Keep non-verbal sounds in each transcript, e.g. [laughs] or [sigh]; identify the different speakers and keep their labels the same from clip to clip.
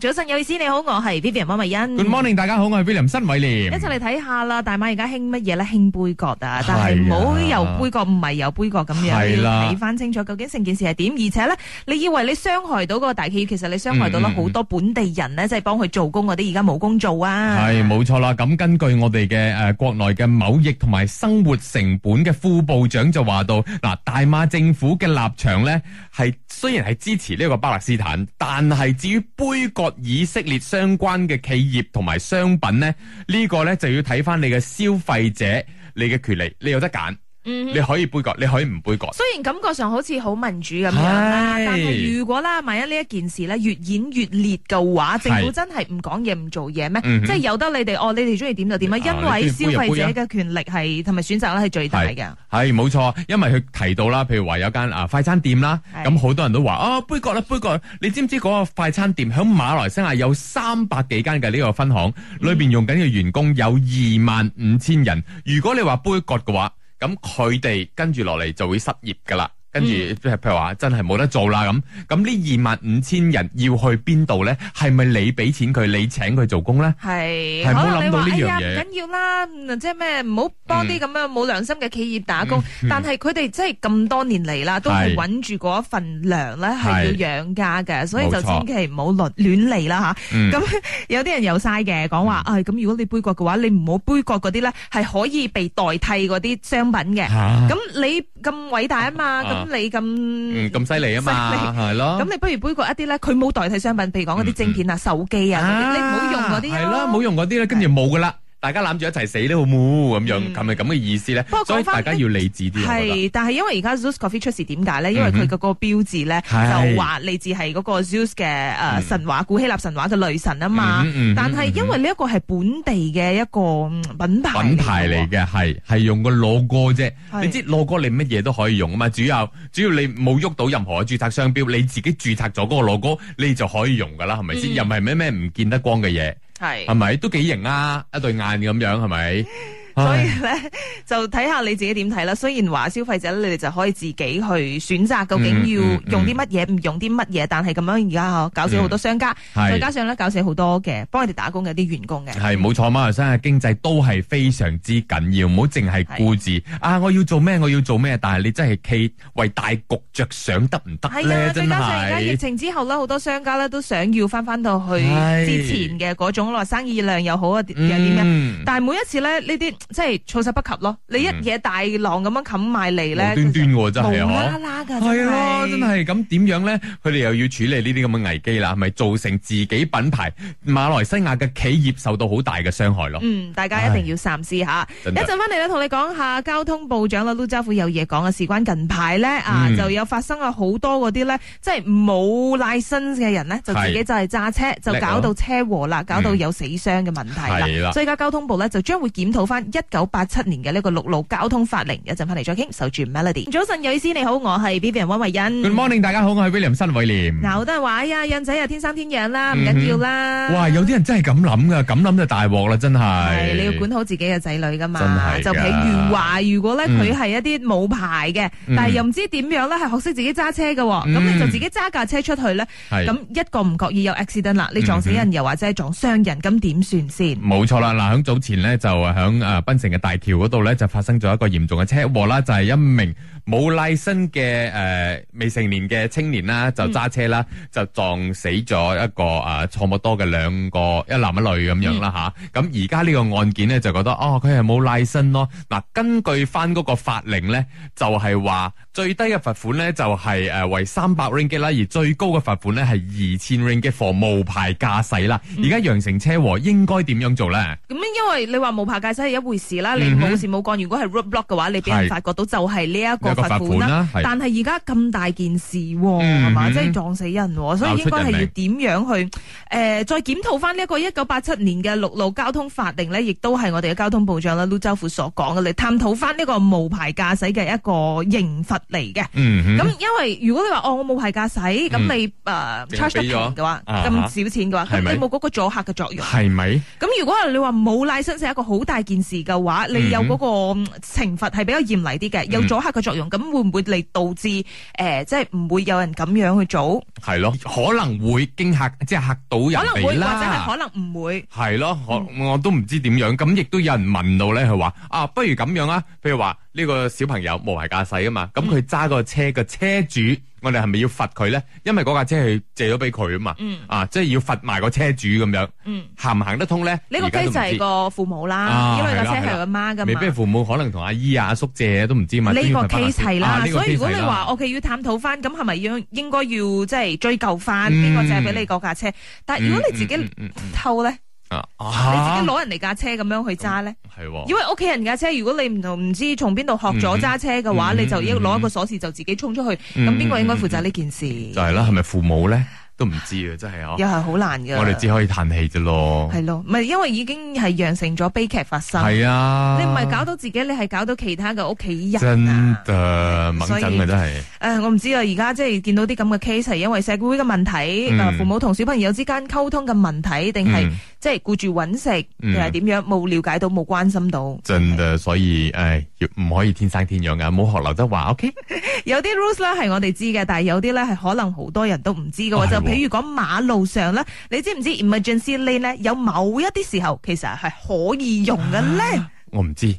Speaker 1: 早晨，有意思，你好，我係 Vivian 汪慧欣。
Speaker 2: Good morning，大家好，我係 William 新偉
Speaker 1: 嗯一
Speaker 2: 廉。
Speaker 1: 齊嚟睇下啦，大馬而家興乜嘢咧？興杯葛啊，但係唔好
Speaker 2: 係啊
Speaker 1: 由杯葛唔係由杯葛咁樣，
Speaker 2: 係
Speaker 1: 要
Speaker 2: 啦
Speaker 1: 睇翻清楚究竟成件事係點。而且咧，你以為你傷害到個大企業，其實你傷害到
Speaker 2: 嗯
Speaker 1: 咗
Speaker 2: 嗯
Speaker 1: 好多本地人咧，即係幫佢做工嗰啲，而家冇工做啊。
Speaker 2: 係冇錯啦，咁根據我哋嘅誒國內嘅貿易同埋生活成本嘅副部長就話到，嗱大馬政府嘅立場呢，係雖然係支持呢個巴勒斯坦，但係至於杯葛以色列相關嘅企業同埋商品呢，呢、個呢就要睇翻你嘅消費者你嘅權利，你有得揀，
Speaker 1: 嗯
Speaker 2: 你可以杯葛，你可以唔杯葛。
Speaker 1: 雖然感覺上好似好民主咁樣啦，
Speaker 2: 係
Speaker 1: 但係如果啦，萬一呢一件事咧越演越烈嘅話，政府
Speaker 2: 係
Speaker 1: 真係唔講嘢唔做嘢咩？
Speaker 2: 嗯哼
Speaker 1: 即係由得你哋哦，你哋中意點就點啊，因
Speaker 2: 啊
Speaker 1: 為
Speaker 2: 你
Speaker 1: 消
Speaker 2: 中意杯就
Speaker 1: 費
Speaker 2: 杯啊
Speaker 1: 者嘅權力係同埋選擇咧係最大嘅。
Speaker 2: 係冇錯，因為佢提到啦，譬如話有間啊快餐店啦，
Speaker 1: 係
Speaker 2: 咁好多人都話啊杯葛啦杯葛，你知唔知嗰個快餐店喺馬來西亞有三百幾間嘅呢個分行，
Speaker 1: 嗯
Speaker 2: 裏邊用緊嘅員工有二萬五千人。如果你話杯葛嘅話，咁佢哋跟住落嚟就會失業噶啦。跟住，
Speaker 1: 嗯
Speaker 2: 譬如話真係冇得做啦咁，咁呢二萬五千人要去邊度呢？係咪你俾錢佢，你請佢做工呢？
Speaker 1: 係，
Speaker 2: 係
Speaker 1: 可
Speaker 2: 冇
Speaker 1: 能
Speaker 2: 諗
Speaker 1: 你
Speaker 2: 到
Speaker 1: 話哎
Speaker 2: 呢樣
Speaker 1: 呀唔
Speaker 2: 嘢嗯
Speaker 1: 緊要啦，嗯即係咩唔好幫啲咁樣冇良心嘅企業打工。但係佢哋真係咁多年嚟啦，都係
Speaker 2: 係
Speaker 1: 揾住嗰一份糧咧，係
Speaker 2: 係
Speaker 1: 要養家嘅，所以就
Speaker 2: 冇錯
Speaker 1: 千祈唔好亂亂嚟啦吓。
Speaker 2: 嗯
Speaker 1: 咁有啲人有嘥嘅，講話唉，咁如果你杯葛嘅話，你唔好杯葛嗰啲咧，係可以被代替嗰啲商品嘅。
Speaker 2: 嚇
Speaker 1: 咁你咁偉大啊嘛，
Speaker 2: 嗯啊
Speaker 1: 咁你咁
Speaker 2: 嗯咁犀利啊
Speaker 1: 犀利
Speaker 2: 嘛，係咯。
Speaker 1: 咁你不如杯葛一啲咧，佢冇代替商品，譬如講嗰啲
Speaker 2: 嗯
Speaker 1: 晶片啊、手機啊嗰啲，
Speaker 2: À,
Speaker 1: 你唔好用嗰啲啊
Speaker 2: 係啦，唔好用嗰啲啦，跟住冇噶啦，大家攬住一齊死都好冇咁樣，係咪咁嘅意思咧
Speaker 1: 不過？
Speaker 2: 所以
Speaker 1: 講返
Speaker 2: 大家要理智啲，我覺得。
Speaker 1: 係，但係因為而家 Zeus Coffee 出事點解咧？因為佢嗰個標誌咧
Speaker 2: 嗯係
Speaker 1: 就話嚟自係嗰個 Zeus 嘅誒神話，古希臘神話嘅女神啊嘛
Speaker 2: 嗯哼。嗯哼
Speaker 1: 但係因為呢一個係本地嘅一個嗯品牌
Speaker 2: 品牌嚟
Speaker 1: 嘅
Speaker 2: 嘅係係用個 logo 啫，
Speaker 1: 係
Speaker 2: 你知 logo 你乜嘢都可以用啊嘛，主要主要你冇喐到任何嘅註冊商標，你自己註冊咗嗰個 logo，你就可以用噶啦，係咪先？
Speaker 1: 嗯
Speaker 2: 又唔係咩咩唔見得光嘅嘢，
Speaker 1: 喎，
Speaker 2: 係
Speaker 1: 係。
Speaker 2: 咪？都幾型啊，一對眼咁樣係咪？
Speaker 1: 所以
Speaker 2: 唉
Speaker 1: 咧， [laughs] 就睇下你自己點睇啦。雖然話消費者你哋就可以自己去選擇究竟
Speaker 2: 嗯
Speaker 1: 要
Speaker 2: 嗯嗯
Speaker 1: 用啲乜嘢，唔用啲乜嘢。但係咁樣而家嗬，搞死好多商家，
Speaker 2: 嗯係
Speaker 1: 再加上咧搞死好多嘅幫佢哋打工嘅啲員工嘅。
Speaker 2: 係冇錯，馬來西亞經濟都係非常之緊要，唔好淨係顧住啊！我要做咩？我要做咩？但係你真係企為大局着想得唔得
Speaker 1: 係啊，
Speaker 2: 咧？
Speaker 1: 再
Speaker 2: [laughs] 真
Speaker 1: 加上而家疫
Speaker 2: 係
Speaker 1: 情之後咧，好多商家咧都想要翻翻到去
Speaker 2: 係
Speaker 1: 之前嘅嗰種話生意量又好啊，又點樣？
Speaker 2: 嗯，
Speaker 1: 但係每一次咧，呢啲即係措手不及咯。你一嘢大浪咁樣冚埋嚟
Speaker 2: 無
Speaker 1: 咧，
Speaker 2: 端端喎，真係
Speaker 1: 無啦
Speaker 2: 嗬。
Speaker 1: 啦㗎，
Speaker 2: 係咯，啊真
Speaker 1: 係。
Speaker 2: 係咁點樣咧？佢哋又要處理呢啲咁嘅危機啦，係咪造成自己品牌馬來西亞嘅企業受到好大嘅傷害咯？
Speaker 1: 嗯，大家一定要三思下。一
Speaker 2: 真
Speaker 1: 陣
Speaker 2: 係
Speaker 1: 翻嚟咧，同你講下交通部長啦，陸兆福有嘢講啊。事關近排咧啊，
Speaker 2: 嗯
Speaker 1: 就有發生咗好多嗰啲咧，即係冇 license 嘅人咧，就自己
Speaker 2: 係
Speaker 1: 就係揸車，就
Speaker 2: 叻啊
Speaker 1: 搞到車禍啦，搞到有死傷嘅問題
Speaker 2: 係
Speaker 1: 啦。
Speaker 2: 啦
Speaker 1: 所以而家交通部咧就將會檢討翻一九八七年嘅呢個陸路交通法令。一陣翻嚟再傾，守住 Melody。早晨，有意思你好，我係 B B 人温慧欣。嗯
Speaker 2: Good morning，大家好，我係 William 新偉廉。
Speaker 1: 嗱，好多人話哎呀，印仔啊，天生天養啦，唔緊要啦。
Speaker 2: 哇，有啲人真係咁諗噶，咁諗就大鑊啦，真
Speaker 1: 係
Speaker 2: 係。
Speaker 1: 你要管好自己嘅仔女噶
Speaker 2: 真
Speaker 1: 嘛，
Speaker 2: 係㗎
Speaker 1: 就譬如話，如果咧
Speaker 2: 嗯
Speaker 1: 佢係一啲冇牌嘅，
Speaker 2: 嗯
Speaker 1: 但係又唔知點樣咧，係學識自己揸車嘅喎，咁
Speaker 2: 嗯
Speaker 1: 你就自己揸架車出去咧，
Speaker 2: 係
Speaker 1: 咁一個唔覺意有 accident
Speaker 2: 嗯
Speaker 1: 啦，你撞死人又或者係撞傷人，咁點算先？
Speaker 2: 冇錯啦，嗱，響早前呢，就響誒檳城嘅大橋嗰度咧就發生咗一個嚴重嘅車禍啦，就係、一名冇拉身嘅誒未成年嘅青年啦，就揸車啦，就撞死咗一個誒錯莫多嘅兩個啊一男一女咁樣啦吓，咁而家呢個案件呢，就覺得哦，佢係冇拉身咯。嗱，根據翻嗰個法令呢，就係、話最低嘅罰款呢，就係、誒為三百 ringgit 啦，而最高嘅罰款呢，係二千 ringgit for 無牌駕駛啦。而家釀成車禍應該點樣做呢？
Speaker 1: 咁因為你話無牌駕駛係一回事啦，你
Speaker 2: 嗯哼
Speaker 1: 冇事冇幹，如果係 roadblock 嘅話，你俾人
Speaker 2: 係
Speaker 1: 發覺到就係呢一
Speaker 2: 有
Speaker 1: 個
Speaker 2: 個
Speaker 1: 罰款
Speaker 2: 罰款
Speaker 1: 啦。
Speaker 2: 啦，係
Speaker 1: 但係而家咁大件事喎，
Speaker 2: 嗯
Speaker 1: 係嘛？
Speaker 2: 嗯
Speaker 1: 即係撞死人喎，所以應該係要點樣去誒再檢討翻呢一個一九八七年嘅陸路交通法令呢，亦都係我哋嘅交通部長啦，陸兆福所講嘅，嚟探討翻呢個無牌駕駛嘅一個刑罰嚟嘅。
Speaker 2: 嗯
Speaker 1: 咁
Speaker 2: 哼，
Speaker 1: 因為如果你話哦，我冇牌駕駛，咁
Speaker 2: 嗯
Speaker 1: 你誒
Speaker 2: 淨
Speaker 1: charge
Speaker 2: 係
Speaker 1: 得
Speaker 2: 俾
Speaker 1: 平
Speaker 2: 咗
Speaker 1: 嘅話，
Speaker 2: 啊
Speaker 1: 咁
Speaker 2: 哈
Speaker 1: 少錢嘅話，咁
Speaker 2: 係咪
Speaker 1: 你冇嗰個阻嚇嘅作用。
Speaker 2: 係咪？
Speaker 1: 咁如果你話冇 license 係一個好大件事嘅話，你有嗰個懲罰係比較嚴厲啲嘅，有阻嚇嘅作用，咁會唔會嚟導致誒、呃即係唔會有人咁樣去做？
Speaker 2: 系咯，可能會驚嚇，即係嚇到人
Speaker 1: 可能會，
Speaker 2: 哋
Speaker 1: 或者係
Speaker 2: 啦
Speaker 1: 可。能唔會。
Speaker 2: 係咯，我我都唔知點樣，咁亦都有人問到咧，佢話啊，不如咁樣啊，譬如話呢個小朋友無牌駕駛啊嘛，咁
Speaker 1: 嗯
Speaker 2: 佢揸個車嘅車主，我哋係咪要罰佢咧？因為嗰架車係借咗俾佢啊嘛，
Speaker 1: 嗯
Speaker 2: 啊，即係要罰埋個車主咁樣，
Speaker 1: 嗯，
Speaker 2: 行唔行得通咧？
Speaker 1: 呢個
Speaker 2: 而家
Speaker 1: 機就
Speaker 2: 都唔知
Speaker 1: 係個父母啦，
Speaker 2: 啊
Speaker 1: 因為架車
Speaker 2: 係啦
Speaker 1: 係佢媽噶
Speaker 2: 未
Speaker 1: 嘛
Speaker 2: 必。係父母可能同阿姨啊、阿叔借都唔知嘛。
Speaker 1: 呢個
Speaker 2: 個
Speaker 1: case 係
Speaker 2: 啊
Speaker 1: 啦，所以如果你話
Speaker 2: 話
Speaker 1: OK 要探討翻，咁係咪要應該要即係追究翻邊個借俾你嗰架車？但
Speaker 2: 嗯
Speaker 1: 係如果你自己偷咧，
Speaker 2: 啊，
Speaker 1: 你
Speaker 2: 啊
Speaker 1: 自己攞人哋架車咁樣去揸咧，
Speaker 2: 係喎
Speaker 1: 因為屋企人架車，如果你唔同唔知從邊度學咗
Speaker 2: 哦嗯
Speaker 1: 揸車嘅話，
Speaker 2: 嗯
Speaker 1: 你就要
Speaker 2: 嗯
Speaker 1: 攞一個鎖匙就自己衝出去，咁
Speaker 2: 嗯
Speaker 1: 邊個應該負責呢件事？
Speaker 2: 就係啦，係咪父母咧都唔知啊，真係啊
Speaker 1: 又，係好難嘅。
Speaker 2: 我哋只可以嘆氣啫咯。
Speaker 1: 係咯，唔係因為已經係釀成咗悲劇發生，
Speaker 2: 係啊，
Speaker 1: 你唔係搞到自己，你係搞到其他嘅屋企
Speaker 2: 真
Speaker 1: 人啊。
Speaker 2: 嘅猛
Speaker 1: 所以
Speaker 2: 整啊，真係。
Speaker 1: 誒、我唔知啊！而家即係見到啲咁嘅 case 係因為社會嘅問題，
Speaker 2: 嗯
Speaker 1: 啊父母同小朋友之間溝通嘅問題，定係、
Speaker 2: 嗯
Speaker 1: 即係顧住揾食定
Speaker 2: 嗯
Speaker 1: 係點樣冇了解到冇關心到？
Speaker 2: 真嘅，所以誒，要唔可以天生天養噶，唔好學劉德華。OK，
Speaker 1: 有啲 rules 咧係我哋知嘅，但係有啲咧係可能好多人都唔知嘅喎。
Speaker 2: 啊
Speaker 1: 就
Speaker 2: 係喎
Speaker 1: 譬如講馬路上咧，你知唔知 emergency lane 咧有某一啲時候其實係可以用嘅咧？
Speaker 2: 我唔知。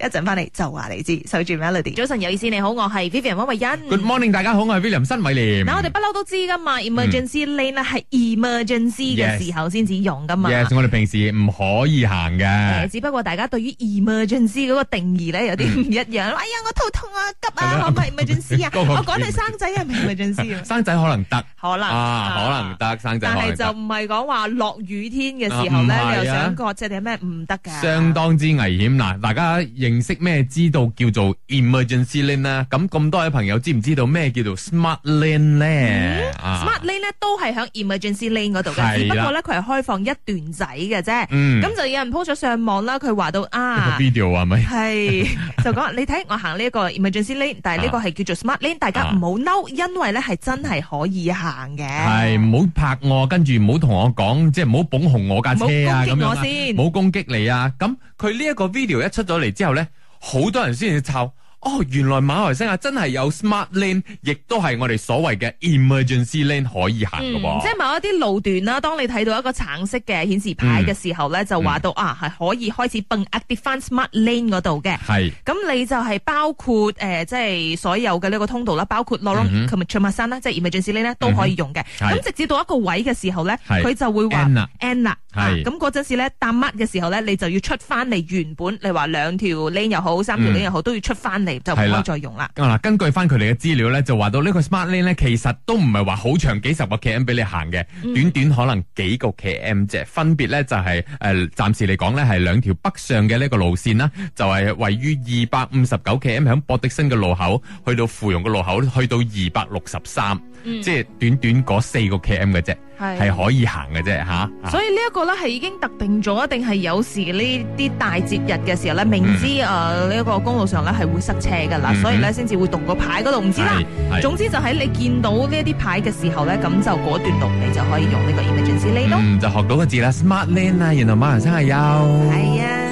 Speaker 1: 一陣翻嚟就話你知，守住 melody。早晨有意思，你好，我係 Vivian 温慧欣。
Speaker 2: Good morning，大家嗯好，我係 William 新米廉。
Speaker 1: 嗱，我哋不嬲都知噶嘛，emergency lane 咧係 emergency 嘅
Speaker 2: Yes
Speaker 1: 時候先至用噶嘛。
Speaker 2: Yes，我哋平時唔可以
Speaker 1: 誒，
Speaker 2: 行嘅。
Speaker 1: 只不過大家對於 emergency 嗰個定義咧有啲
Speaker 2: 嗯
Speaker 1: 唔一樣。哎呀，我肚痛啊，急啊，可唔可以 emergency
Speaker 2: [laughs]
Speaker 1: 啊？
Speaker 2: 嗰個
Speaker 1: 我講你生仔係咪 emergency
Speaker 2: [laughs]
Speaker 1: 啊？
Speaker 2: 生仔可能得
Speaker 1: 可能
Speaker 2: 啊，可能。得生仔
Speaker 1: 但
Speaker 2: 可能
Speaker 1: 係
Speaker 2: 得，
Speaker 1: 就唔係講話落雨天嘅時候咧，
Speaker 2: 啊唔係啊
Speaker 1: 你又想割即係咩唔得㗎？
Speaker 2: 相當之危險嗱，大家認識咩知道叫做 emergency lane 啦？咁咁多位朋友知唔知道咩叫做 smart lane 咧？啊
Speaker 1: 嗯 smart lane 咧都係喺 emergency lane 嗰度
Speaker 2: 係啦
Speaker 1: 嘅，只不過咧佢係開放一段仔嘅啫。
Speaker 2: 嗯，
Speaker 1: 咁就有人 po 咗上網啦，佢話到啊
Speaker 2: [laughs] 個。video 係咪？
Speaker 1: 系就講你睇我行呢一個 emergency lane，但係
Speaker 2: 啊
Speaker 1: 呢個係叫做 smart lane，大家唔好嬲，因為咧係真係可以行嘅。
Speaker 2: 係唔好拍我，跟住唔好同我講，即係唔好捧紅我架車啊
Speaker 1: 唔好攻擊
Speaker 2: 咁樣
Speaker 1: 我
Speaker 2: 啦
Speaker 1: 先
Speaker 2: 唔好攻擊你啊！咁佢呢一個 video 一出咗嚟之後咧，好多人先至抄。哦，原來馬來西亞真係有 smart lane，亦都係我哋所謂嘅 emergency lane 可以行嘅
Speaker 1: 嗯
Speaker 2: 喎。
Speaker 1: 即係某一啲路段啦，當你睇到一個橙色嘅顯示牌嘅時候咧，就話到啊係可以開始蹦 active 翻 smart lane 嗰度嘅。
Speaker 2: 係
Speaker 1: 咁你就係包括誒、呃即係所有嘅呢個通道啦，包括 Lorong
Speaker 2: 嗯
Speaker 1: 同埋 c h a m a s a n 啦，即係 emergency lane 咧都可以用嘅。
Speaker 2: 嗯哼
Speaker 1: 咁直至到一個位嘅時候咧，
Speaker 2: 係
Speaker 1: 佢就會話
Speaker 2: N 啦
Speaker 1: N 啦。
Speaker 2: 係
Speaker 1: 啊咁嗰陣時咧，搭乜嘅時候咧，你就要出翻嚟原本你話兩條 lane 又好，三條
Speaker 2: 嗯
Speaker 1: lane 又好，都要出翻嚟，就唔可
Speaker 2: 係
Speaker 1: 以
Speaker 2: 啦
Speaker 1: 再用啦。
Speaker 2: 啊嗱，根據翻佢哋嘅資料咧，就話到呢個 smart lane 咧，其實都唔係話好長幾十個 km 俾你行嘅，
Speaker 1: 嗯
Speaker 2: 短短可能幾個 km 啫。分別咧就係、呃暫時嚟講咧係兩條北上嘅呢個路線啦，就係、位於二百五十九 km 響博迪新嘅路口，去到芙蓉嘅路口，去到二百六十三，
Speaker 1: 嗯
Speaker 2: 即係短短嗰四個 km 嘅啫，係可以行嘅啫吓。啊
Speaker 1: 所以呢一個咧係已經特定咗，一定係有時呢啲大節日嘅時候咧，明知誒呢一個公路上咧係會塞車噶啦，
Speaker 2: 嗯
Speaker 1: 所以咧先至會動個牌嗰度，唔知啦
Speaker 2: 係。係
Speaker 1: 總之就喺你見到呢一啲牌嘅時候咧，咁就嗰段路你就可以用呢個 emergency lane 咯。
Speaker 2: 嗯，就學到個字啦，smart lane 啊，原來馬來西亞有。
Speaker 1: 係啊，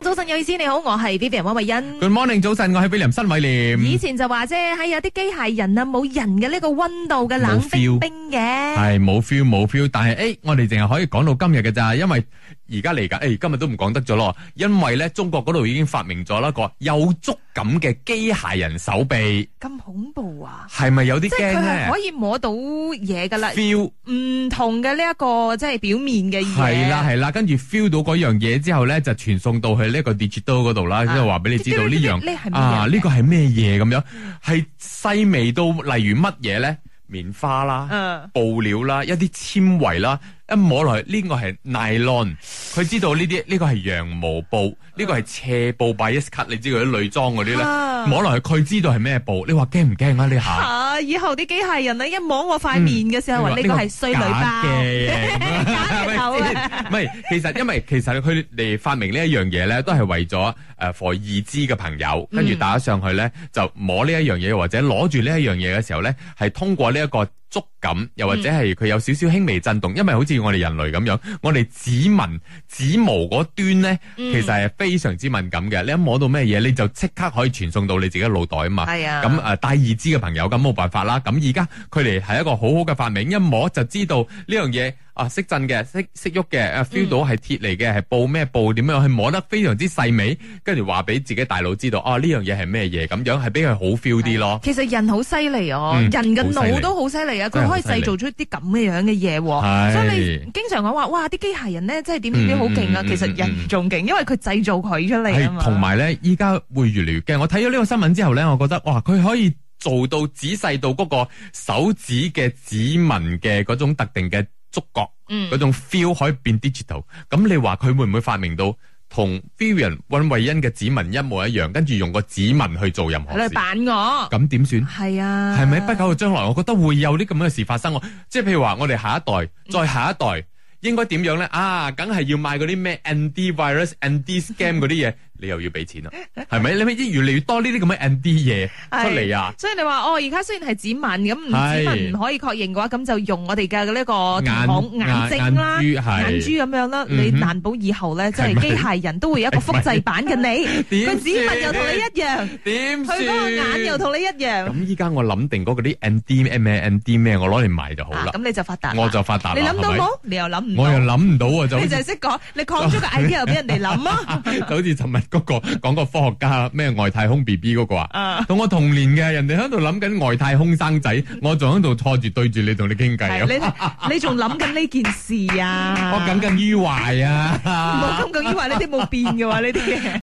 Speaker 1: 早晨有意思，你好，我係 Vivian 温慧欣。
Speaker 2: Good morning，早晨，我係 William 新偉廉。
Speaker 1: 以前就話啫，喺有啲機械人啊，冇人嘅呢個温度嘅冷
Speaker 2: 冇
Speaker 1: 冰
Speaker 2: feel
Speaker 1: 冰嘅。
Speaker 2: 系冇 feel 冇 feel，但系诶、欸我哋淨係可以講到今日嘅咋，因為而家嚟緊，诶、今日都唔講得咗咯，因為咧中國嗰度已經發明咗啦個有觸感嘅機械人手臂，
Speaker 1: 咁恐怖啊！
Speaker 2: 係咪有啲
Speaker 1: 即係佢
Speaker 2: 驚
Speaker 1: 係
Speaker 2: 咧
Speaker 1: 可以摸到嘢噶啦，
Speaker 2: ？feel
Speaker 1: 唔同嘅呢一個即係表面嘅嘢。
Speaker 2: 係啦係啦，跟住 feel 到嗰樣嘢之後咧，就傳送到去呢個 digital 嗰度啦，即係話俾你知道呢樣
Speaker 1: 啊呢係咩
Speaker 2: 啊
Speaker 1: 嘢
Speaker 2: 呢個係咩嘢咁樣，係細微到例如乜嘢咧？棉花啦。
Speaker 1: 嗯，
Speaker 2: 布料啦，一啲纖維啦，一摸落去呢、個係 nylon，佢知道呢啲呢個係羊毛布，呢、個係斜布 by S cut，你知佢啲女裝嗰啲
Speaker 1: 啊
Speaker 2: 咧，摸落去佢知道係咩布，你話驚唔驚啊？呢下
Speaker 1: 啊！以後啲機械人啊，一摸我塊面嘅時候，話呢
Speaker 2: 你
Speaker 1: 個
Speaker 2: 話
Speaker 1: 係衰女包
Speaker 2: 假。嘅
Speaker 1: [laughs] 假嘅頭啊
Speaker 2: 唔係，其實因為其實佢哋發明呢一樣嘢咧，都係為咗誒 for 已知嘅朋友，
Speaker 1: 嗯
Speaker 2: 跟住打上去咧就摸呢一樣嘢，或者攞住呢一樣嘢嘅時候咧，係通過呢一個觸感，又或者係佢有少少輕微震
Speaker 1: 嗯
Speaker 2: 動，因為好似我哋人類咁樣，我哋指紋、指模嗰端咧，
Speaker 1: 嗯
Speaker 2: 其實係非常之敏感嘅。你一摸到咩嘢，你就即刻可以傳送到你自己嘅腦袋啊嘛。
Speaker 1: 係啊，
Speaker 2: 咁誒、呃戴義肢嘅朋友咁冇辦法啦。咁而家佢哋係一個好好嘅發明，一摸就知道呢樣嘢啊識震嘅、識識喐嘅、
Speaker 1: 嗯
Speaker 2: 啊 feel 到係鐵嚟嘅、係布咩布點樣，去摸得非常之細微，跟住話俾自己大腦知道哦呢樣嘢係咩嘢，咁樣係俾佢好 feel 啲咯。
Speaker 1: 其實人好犀利哦，
Speaker 2: 哦嗯
Speaker 1: 人嘅
Speaker 2: 好犀利
Speaker 1: 腦都好犀利啊，
Speaker 2: 真
Speaker 1: 佢
Speaker 2: 係好
Speaker 1: 可以
Speaker 2: 犀利
Speaker 1: 製造出啲咁嘅樣嘅嘢喎。
Speaker 2: 係
Speaker 1: 所以你經常講話，哇！啲機械人咧，真係點點點好勁啊！
Speaker 2: 嗯嗯嗯
Speaker 1: 其實人仲勁，因為佢製造佢出嚟啊
Speaker 2: 係
Speaker 1: 嘛。
Speaker 2: 同埋咧，依家會越嚟越驚。我睇咗呢個新聞之後咧，我覺得哇，佢可以做到仔細到嗰個手指嘅指紋嘅嗰種特定嘅觸覺。
Speaker 1: 嗯
Speaker 2: 嗰種 feel 可以變 digital。咁你話佢會唔會發明到同 Vivian 温慧欣嘅指紋一模一樣，跟住用個指紋去做任何
Speaker 1: 你
Speaker 2: 事？
Speaker 1: 扮我，
Speaker 2: 咁點算？
Speaker 1: 係啊，
Speaker 2: 係咪不久嘅將來，我覺得會有啲咁樣嘅事發生喎。即係譬如話，我哋下一代，
Speaker 1: 嗯
Speaker 2: 再下一代。應該點樣咧？啊，梗係要買嗰啲咩 ND virus、ND scam 嗰啲嘢，你又要俾錢啦，係咪？你咪越嚟越多呢啲咁嘅 ND 嘢出嚟啊！
Speaker 1: 所以你話哦，而家雖然係指紋咁，唔
Speaker 2: 係
Speaker 1: 指紋唔可以確認嘅話，咁就用我哋嘅呢個瞳孔
Speaker 2: 眼啊
Speaker 1: 眼睛啦、
Speaker 2: 眼眼珠係
Speaker 1: 眼珠咁樣啦，
Speaker 2: 嗯哼
Speaker 1: 你難保以後咧，即
Speaker 2: 係咪
Speaker 1: 係機械人都會有一個複製版嘅你，
Speaker 2: [laughs] 點
Speaker 1: 佢指紋又同你
Speaker 2: 算
Speaker 1: 一樣，
Speaker 2: 點
Speaker 1: 佢嗰個眼又
Speaker 2: 算？
Speaker 1: 同你一樣，
Speaker 2: 咁依家我諗定嗰個啲 ND 咩 ND 咩，我攞嚟賣就好
Speaker 1: 啊
Speaker 2: 啦。
Speaker 1: 咁你就發達啦。
Speaker 2: 我就發達啦
Speaker 1: 你諗到
Speaker 2: 係咪
Speaker 1: 冇？你又諗唔
Speaker 2: 我又
Speaker 1: 到，
Speaker 2: 諗唔到啊，就好
Speaker 1: 你就
Speaker 2: 似
Speaker 1: 係識講，你講咗個 idea 俾人哋諗啊。
Speaker 2: [laughs] 就好似尋日嗰個講個科學家咩外太空 B B 嗰個啊，
Speaker 1: 啊，
Speaker 2: 同我同年嘅，人哋喺度諗緊外太空生仔，我仲喺度坐住對住你同你傾偈
Speaker 1: 係
Speaker 2: 啊，
Speaker 1: 你你仲諗緊呢件事啊？
Speaker 2: 我耿耿於懷啊！
Speaker 1: 唔好咁講，以為呢啲冇變嘅話，呢啲嘢。